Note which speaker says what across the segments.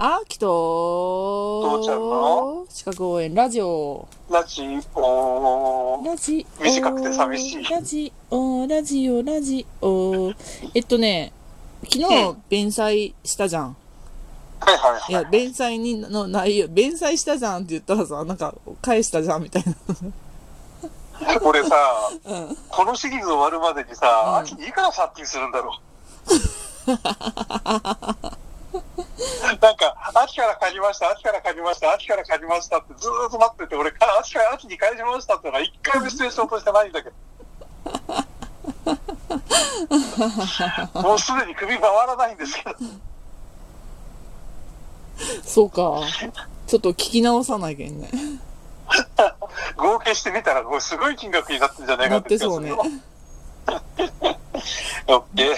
Speaker 1: あきと
Speaker 2: 父ちゃんの
Speaker 1: 四角応援ラジオ
Speaker 2: ラジオ。
Speaker 1: ラジオ
Speaker 2: 短くて寂しい
Speaker 1: ラジオラジオラジオえっとね昨
Speaker 2: う
Speaker 1: 日弁済したじゃん
Speaker 2: はいはい
Speaker 1: い
Speaker 2: は
Speaker 1: や
Speaker 2: い。
Speaker 1: 弁済にの内容弁済したじゃんって言ったらさなんか返したじゃんみたいな
Speaker 2: 俺さ、
Speaker 1: うん
Speaker 2: このシリーズ終わるまでに
Speaker 1: うん
Speaker 2: さ、秋にいくら殺菌するんだろう。なんか、秋から借りました、秋から借りました、秋から借りましたってずーっと待ってて、俺、か秋から秋に返しましたってのが一回もシチュエーションとしてないん だけど。もうすでに首回らないんですけど。
Speaker 1: そうかちょっと聞き直さなきゃいけない
Speaker 2: 合計してみたら、もうすごい金額になってんじゃないか
Speaker 1: なってそうね
Speaker 2: 気がするよオッケー。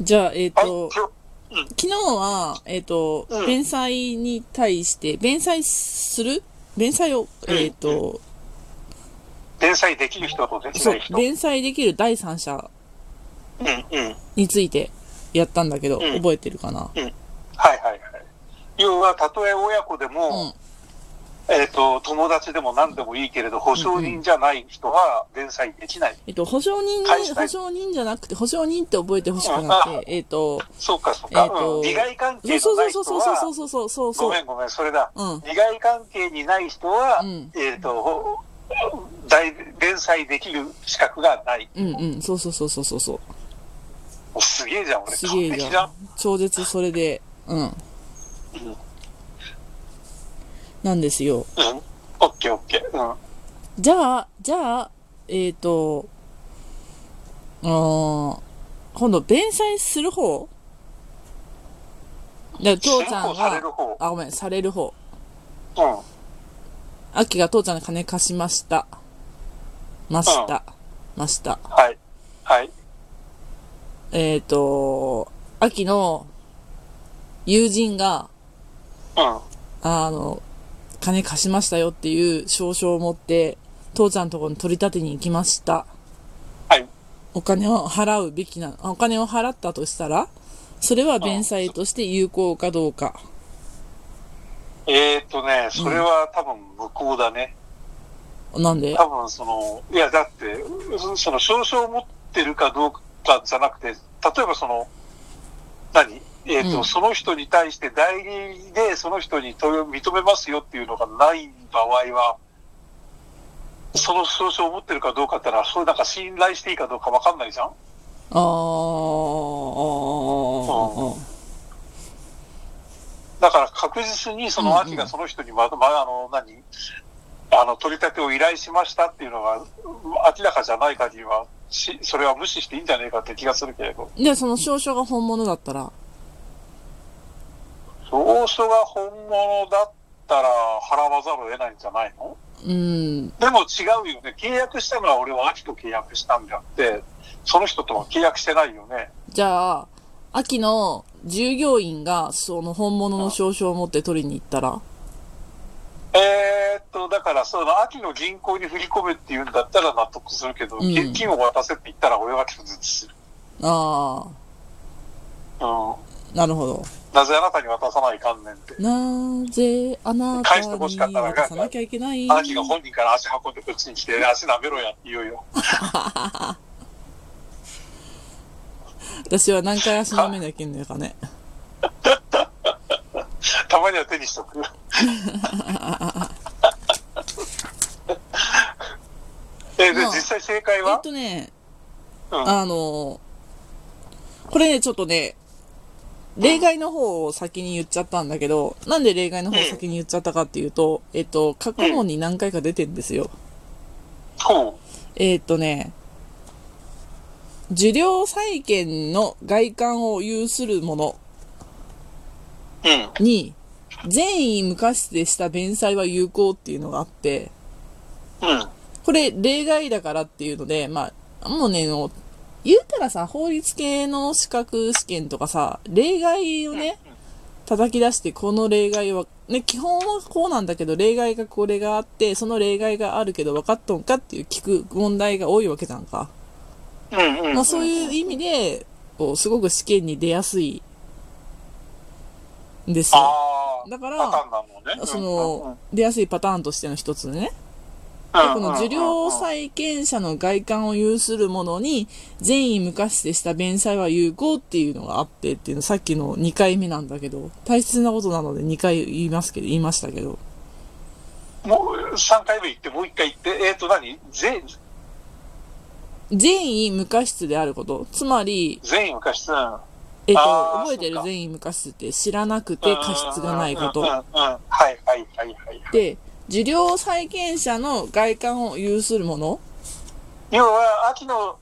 Speaker 1: じゃあえっ、
Speaker 2: はい、
Speaker 1: と、
Speaker 2: 今日
Speaker 1: 昨日は、えっ、と、
Speaker 2: うん
Speaker 1: 弁済に対して、弁済する弁済を、
Speaker 2: ん
Speaker 1: えっ、と、
Speaker 2: 連載できる人とでき
Speaker 1: そ
Speaker 2: な
Speaker 1: う
Speaker 2: い、人。
Speaker 1: 弁済できる第三者
Speaker 2: うんうん。はい
Speaker 1: についてやったんだけど、
Speaker 2: うん
Speaker 1: 覚えてるかな
Speaker 2: はいはい。要は、たとえ親子で
Speaker 1: うん
Speaker 2: も、。えっ、と、友達でも何でもいいけれど、保証人じゃない人は連載できない。
Speaker 1: えっ、と、保証人
Speaker 2: 返し
Speaker 1: に、
Speaker 2: た
Speaker 1: 保
Speaker 2: い
Speaker 1: 証人じゃなくて、保証人って覚えてほしくな
Speaker 2: うん
Speaker 1: くて、えっ、と、
Speaker 2: そうかそう
Speaker 1: え
Speaker 2: か。
Speaker 1: っ、と、
Speaker 2: うん利害関係
Speaker 1: そ
Speaker 2: の
Speaker 1: う
Speaker 2: な
Speaker 1: そ
Speaker 2: いう人
Speaker 1: そう
Speaker 2: は、
Speaker 1: そうそうそうそう
Speaker 2: ご
Speaker 1: そう
Speaker 2: め。んごめん、それだ。
Speaker 1: うん
Speaker 2: 利害関係にない人は、
Speaker 1: うん
Speaker 2: えっ、と、大連載できる資格がない。
Speaker 1: うんうん、そうそうそうそうそうそう。
Speaker 2: もうすげえじゃん、俺。
Speaker 1: すげえ
Speaker 2: 完
Speaker 1: じ
Speaker 2: 璧
Speaker 1: ゃん。超絶それで、うん。なんですよ。
Speaker 2: じゃん。うん。オッケーオッケー。うん。
Speaker 1: じゃあ、じゃあ、えっ、と、あー今度、弁済する方で、父ちゃん
Speaker 2: 信仰される
Speaker 1: が、
Speaker 2: 方。
Speaker 1: あ、ごめん、される方。
Speaker 2: うん。
Speaker 1: アキが父ちゃんの金貸しました。ました。ました。
Speaker 2: はい。はい。
Speaker 1: えっ、と、アキの友人が、
Speaker 2: うん。
Speaker 1: あの、金貸しましたよっていう証書を持って、父ちゃんのところに取り立てに行きました。
Speaker 2: はい。
Speaker 1: お金を払うべきなの。あお金を払ったとしたら、それは弁済として有効かどうか。
Speaker 2: えー、っとね、それは多分無効だね。
Speaker 1: なんで
Speaker 2: 多分その、いや、だって、そその証書を持ってるかどうかじゃなくて、例えばその、何えーっと、
Speaker 1: うん
Speaker 2: その人に対して代理でその人にと認めますよっていうのがない場合は、その証書を持ってるかどうかってのは、それなんか信頼していいかどうかわかんないじゃ
Speaker 1: あ
Speaker 2: ん
Speaker 1: ーあー、
Speaker 2: だから確実にその秋がその人にま、まあの、何あの、取り立てを依頼しましたっていうのが明らかじゃない限りは、し、それは無視していいんじゃないかって気がするけれど。
Speaker 1: で、その証書が本物だったら、
Speaker 2: 証書が本物だったら払わざるを得ないんじゃないの
Speaker 1: うん、
Speaker 2: でも違うよね。契約したのは俺は秋と契約したんであって、その人とは契約してないよね。
Speaker 1: じゃあ、秋の従業員がその本物の証書を持って取りに行ったら、
Speaker 2: えーっと、だから、その、秋の銀行に振り込めって言うんだったら納得するけど、
Speaker 1: うん
Speaker 2: 現金を渡せって言ったら俺は拒絶する。
Speaker 1: あ
Speaker 2: うん。
Speaker 1: あ、なるほど。
Speaker 2: なぜあなたに渡さない観念って。
Speaker 1: なぜあなた
Speaker 2: 返
Speaker 1: に
Speaker 2: して欲しかったら
Speaker 1: 渡さなきゃいけない
Speaker 2: アキが本人から足運んでこっちに 来て、足舐めろやって言うよ。
Speaker 1: 私は何回足舐めなきゃいけんのかね。
Speaker 2: たまには手にし とく。え、で、
Speaker 1: まあ
Speaker 2: 実際正解
Speaker 1: えっ
Speaker 2: は、
Speaker 1: とね、
Speaker 2: うん
Speaker 1: あのーこれね、ちょっとね、例外の方を先に言っちゃったんだけど、なんで例外の方を先に言っちゃったかっていうと、えっと、過去問に何回か出てんですよ。
Speaker 2: ほ
Speaker 1: えっとね、受領債権の外観を有するもの
Speaker 2: う。うん。
Speaker 1: に、善意無価値でした弁済は有効っていうのがあって、
Speaker 2: うん。
Speaker 1: これ例外だからっていうので、まあ、もうね、もう言うたらさ、法律系の資格試験とかさ、例外をね、叩き出して、この例外は、ね、基本はこうなんだけど、例外がこれがあって、その例外があるけど分かっとんかっていう聞く問題が多いわけじゃんか。
Speaker 2: うんうん、うん。
Speaker 1: まあそういう意味で、こう、すごく試験に出やすいんですよ。
Speaker 2: ああ。
Speaker 1: だから
Speaker 2: パターンなのね。
Speaker 1: その、出やすいパターンとしての一つね。
Speaker 2: うん、
Speaker 1: この受領
Speaker 2: さ
Speaker 1: 債権者の外観を有する者に善意無価してした弁済は有効っていうのがあってっていうのさっきの2回目なんだけど大切なことなので2回言いますけど言いましたけど
Speaker 2: もう3回目行って、もう1回行って、えっ、ー、と何、全、
Speaker 1: 善意無価質であることつまり、
Speaker 2: 全員昔さ、
Speaker 1: えっと
Speaker 2: あー
Speaker 1: 覚えて
Speaker 2: そ
Speaker 1: る
Speaker 2: うか
Speaker 1: 善意無価質って知らなくて
Speaker 2: で
Speaker 1: 過失がないこ
Speaker 2: うんうんうん、
Speaker 1: と
Speaker 2: はいはいはいはい。
Speaker 1: で受領債権者の外観を有する者
Speaker 2: 要は、秋の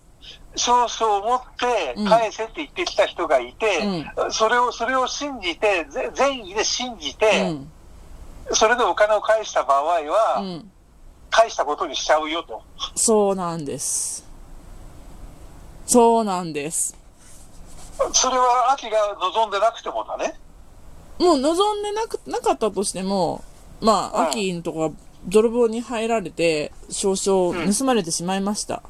Speaker 2: 証書を持って
Speaker 1: うん、
Speaker 2: 返せって言ってきた人がいて、
Speaker 1: う
Speaker 2: それを、それを信じて、ぜ善意で信じ
Speaker 1: う
Speaker 2: て、
Speaker 1: ん
Speaker 2: それでお金を返した場合
Speaker 1: う
Speaker 2: は、
Speaker 1: ん
Speaker 2: 返したことにしちゃうよと。
Speaker 1: そうなんですそうなんです
Speaker 2: それは秋が望んでなくてもだね。
Speaker 1: もう望んでなく、なかったとしても、ま
Speaker 2: うん
Speaker 1: あ、秋のとこが泥棒に入られて、少々盗まれてしまいました。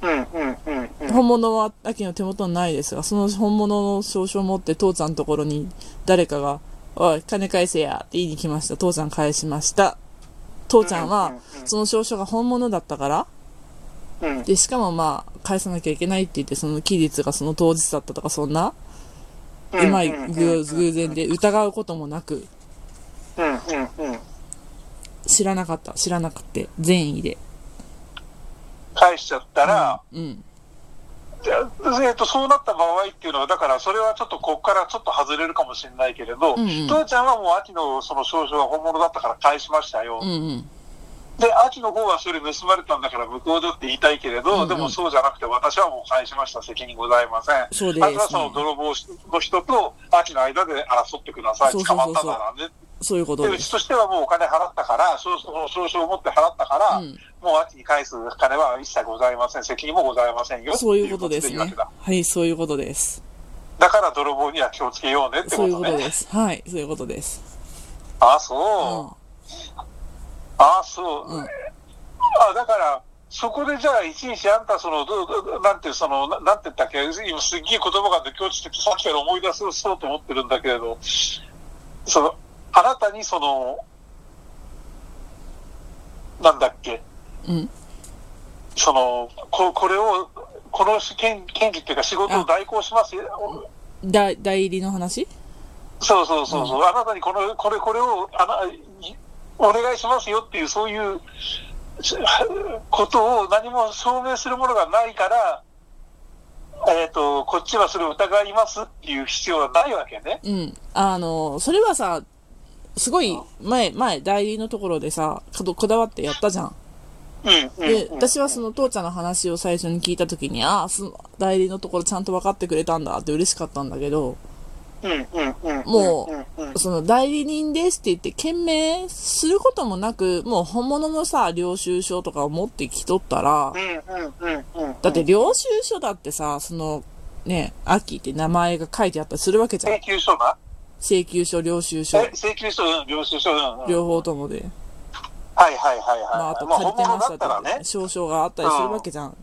Speaker 2: うんうんうんうん。
Speaker 1: 本物は秋の手元にないですが、その本物の少々を持って父ちゃんのところに誰かが、おい、金返せやって言いに来ました。父ちゃん返しました。父ちゃん
Speaker 2: うん
Speaker 1: は
Speaker 2: うんう、ん
Speaker 1: その少々が本物だったから、
Speaker 2: うん
Speaker 1: で、しかもまあ、返さなきゃいけないって言って、その期日がその当日だったとか、そんな、うまい偶然で疑うこともなく、
Speaker 2: うんうんうん。
Speaker 1: 知らなかった。知らなくて、善意で。
Speaker 2: 返しちゃったら、
Speaker 1: うん。
Speaker 2: でえっと、そうなった場合っていうのは、だからそれはちょっとここからちょっと外れるかもしれないけれど、
Speaker 1: うんうん
Speaker 2: 父ちゃんはもう秋のその少女は本物だったから返しましたよ。
Speaker 1: うんうん。
Speaker 2: で、秋の方はそれ盗まれたんだから向こうだって言いたいけれど、
Speaker 1: うんうん
Speaker 2: でもそうじゃなくて私はもう返しました。責任ございません。
Speaker 1: そうです
Speaker 2: あとはその泥棒の人と秋の間で争ってください。
Speaker 1: そうそう
Speaker 2: 捕
Speaker 1: そうそう
Speaker 2: まったんだからね。
Speaker 1: そういうこ
Speaker 2: で、
Speaker 1: と
Speaker 2: う
Speaker 1: で
Speaker 2: ち
Speaker 1: す。
Speaker 2: としてはもうお金払ったから、少々少々を持って払ったから、
Speaker 1: うん
Speaker 2: もう秋に返す金は一切ございません。責任もございませんよ。
Speaker 1: そういうことです
Speaker 2: っていわ
Speaker 1: ね
Speaker 2: けだ。
Speaker 1: はい、そういうことです。
Speaker 2: だから泥棒には気をつけようねって
Speaker 1: そう
Speaker 2: こ
Speaker 1: いう
Speaker 2: と
Speaker 1: こと
Speaker 2: ね。
Speaker 1: です。はい、そういうことです。
Speaker 2: あ、
Speaker 1: う
Speaker 2: そう。
Speaker 1: ん。
Speaker 2: あ、そう。
Speaker 1: うん
Speaker 2: あ、だから、そこでじゃあ、いちいちあんた、その、どうどうなんていう、その、ななんて言ったっけ、今すっげえ言葉が抜け落ちてきて、さっきから思い出そうそうと思ってるんだけれど、その、あなたにその、なんだっけ、
Speaker 1: うん。
Speaker 2: その、ここれを、この権権利っていうか仕事を代行しますよ。
Speaker 1: だ、代理の話
Speaker 2: そうそうそうそう、あなたにこの、これ、これを、あないお願いしますよっていう、そういう、しことを何も証明するものがないから、えっ、と、こっちはそれを疑いますっていう必要はないわけね。
Speaker 1: うん。あの、それはさ、すごい、前、前、代理のところでさ、かどこだわってやったじゃん。
Speaker 2: うん、うん。
Speaker 1: で、私はその父ちゃんの話を最初に聞いたときに、ああ、その代理のところちゃんと分かってくれたんだって嬉しかったんだけど、
Speaker 2: うん、うん、うん。
Speaker 1: も
Speaker 2: うん、うん
Speaker 1: その代理人ですって言って、懸命することもなく、もう本物のさ、領収書とかを持ってきとったら、
Speaker 2: うん、うん、うん。
Speaker 1: だって、領収書だってさ、その、ね、秋って名前が書いてあったりするわけじゃん
Speaker 2: 請。求書な
Speaker 1: 請求書、領収書
Speaker 2: え、、請求書、うん、領収書、うん、うん。はい
Speaker 1: 両方ともで。
Speaker 2: はいはいはい。
Speaker 1: まあ、あと
Speaker 2: まあ、
Speaker 1: 借り
Speaker 2: 本
Speaker 1: て
Speaker 2: 物
Speaker 1: まし
Speaker 2: だ
Speaker 1: た
Speaker 2: っ
Speaker 1: と
Speaker 2: た
Speaker 1: からね、
Speaker 2: ね。
Speaker 1: 証書があったりするわけじゃん。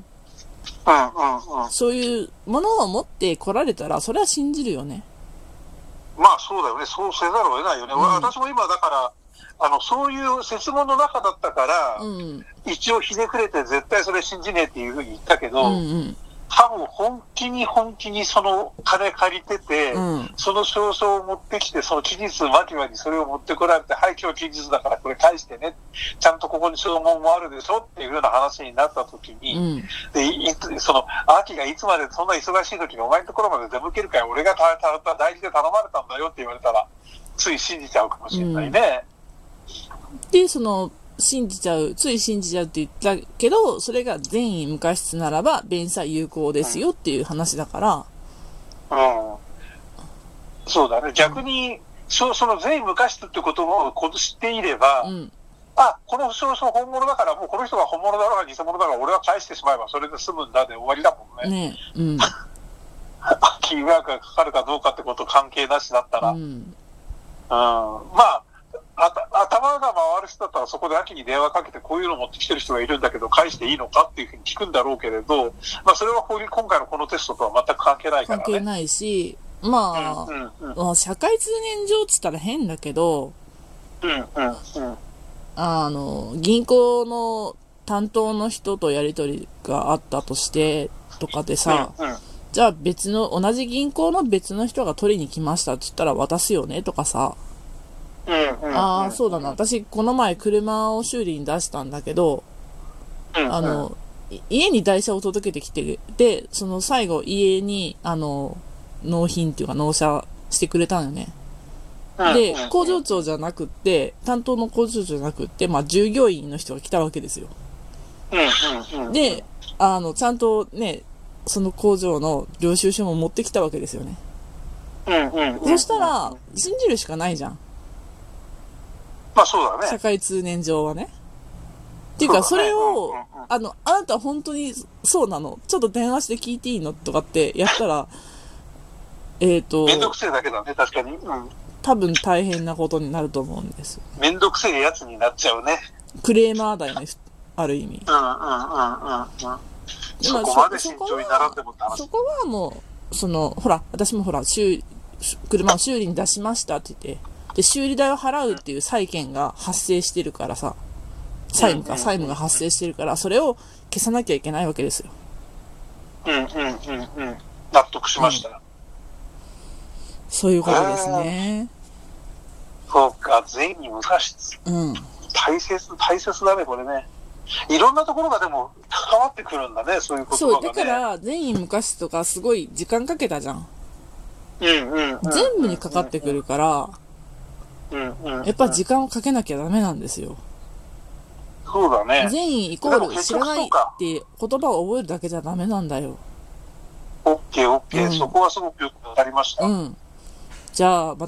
Speaker 2: うん、うん、うん。
Speaker 1: そういうものを持って来られたら、それは信じるよね。
Speaker 2: まあそうだよね、そうせざるを得ないよね。
Speaker 1: ん
Speaker 2: 私も今だから、あの、そういう説問の中だったから、
Speaker 1: うん。うん
Speaker 2: 一応ひねくれて絶対それ信じねえっていうふうに言ったけ
Speaker 1: う
Speaker 2: ど、
Speaker 1: ん。
Speaker 2: 多分本気に本気にその金借りてて、
Speaker 1: うん
Speaker 2: その証書を持ってきて、その期日間際にそれを持ってこられて、はい、今日期日だからこれ返してね、ちゃんとここに証文もあるでしょっていうような話になった時に、
Speaker 1: うん。
Speaker 2: で、いつ、その、秋がいつまでそんな忙しい時にお前のところまで出向けるかよ、俺がたたた大事で頼まれたんだよって言われたら、つい信じちゃうかもしれないね。
Speaker 1: で、その、信じちゃう、つい信じちゃうって言ったけど、それが善意無過失ならば、弁済有効ですよっていう話だから、
Speaker 2: うん。そうだね。逆に、そう、その全員無過失ってことをこ知っていれば、
Speaker 1: うん。
Speaker 2: あ、この証書本物だから、もうこの人が本物だろうが偽物だろうが、俺は返してしまえばそれで済むんだで終わりだも んね。
Speaker 1: ねえ。うん。
Speaker 2: キーワークがかかるかどうかってこと関係なしだったら。
Speaker 1: うん。
Speaker 2: うんまあ、あた頭が回る人だったらそこで秋に電話かけてこういうの持ってきてる人がいるんだけど返していいのかっていうふうに聞くんだろうけれど、まあそれはこういう今回のこのテストとは全く関係ないか
Speaker 1: 関
Speaker 2: ら
Speaker 1: 係
Speaker 2: ね。
Speaker 1: ないし、まあ、
Speaker 2: うんうん
Speaker 1: まあ社会通念上っつったら変だけど、
Speaker 2: うんうんうん
Speaker 1: あの、銀行の担当の人とやりとりがあったとして、とかでさ、
Speaker 2: うんうん
Speaker 1: じゃあ別の、同じ銀行の別の人が取りに来ましたって言ったら渡すよねとかさ、
Speaker 2: うんうん
Speaker 1: ああ、そうだな。私、この前車を修理に出したんだけど、
Speaker 2: うんうん
Speaker 1: あの、い家に台車を届けてきて、で、その最後家に、あの、納品っていうか納車してくれたのよね。
Speaker 2: うん
Speaker 1: で
Speaker 2: うん、
Speaker 1: 工場長じゃなくって、担当の工場長じゃなくって、まあ、従業員の人が来たわけですよ。
Speaker 2: うんうんうん
Speaker 1: で、あの、ちゃんとね、その工場の領収書も持ってきたわけですよね。
Speaker 2: うんうんうん
Speaker 1: そしたら、信じるしかないじゃん。
Speaker 2: まあそうだ
Speaker 1: 社
Speaker 2: ね
Speaker 1: 会通念上はね。っていうか、そ
Speaker 2: そうだね
Speaker 1: れを
Speaker 2: うんうんうん、
Speaker 1: あの、あなた本当にそうなのちょっと電話して聞いていいのとかってやったら、えっ、と
Speaker 2: め、んどくせえだけだね確かにうん
Speaker 1: 多分大変なことになると思うんですよ。
Speaker 2: めんどくせえやつになっちゃうね
Speaker 1: クレーマーだよね、ふある意味。
Speaker 2: うんうんうんうんうんそ
Speaker 1: まあ
Speaker 2: こまで
Speaker 1: そ
Speaker 2: 慎重に並んでもって
Speaker 1: そ
Speaker 2: 話
Speaker 1: こはもう、その、ほら、私もほら、修し車を修理に出しましたって言って、で、修理代を払うっていう債権が発生してるからさ、債務
Speaker 2: う
Speaker 1: か、
Speaker 2: ん
Speaker 1: 債務が発生してるから、それを消さなきゃいけないわけですよ。
Speaker 2: うんうんうんうん納得しました
Speaker 1: そういうことですね。
Speaker 2: そうか全員に無価質
Speaker 1: うん。
Speaker 2: 大切、大切だね、これね。いろんなところがでも関わってくるんだね、そういうこと
Speaker 1: そう、
Speaker 2: が、ね。
Speaker 1: だか、ら、善意昔とかすごい時間かけたじゃん。
Speaker 2: うんうんうん、
Speaker 1: 全部にかかってくるから、
Speaker 2: うんうん、
Speaker 1: やっぱ時間をかけなきゃダメなんですよ。
Speaker 2: そうだね。
Speaker 1: 善意イコール知らないっていう言葉を覚えるだけじゃダメなんだよ。
Speaker 2: オッケーオッケー、
Speaker 1: うん
Speaker 2: そこはすごくよくわかりました。
Speaker 1: うん。じゃあ、また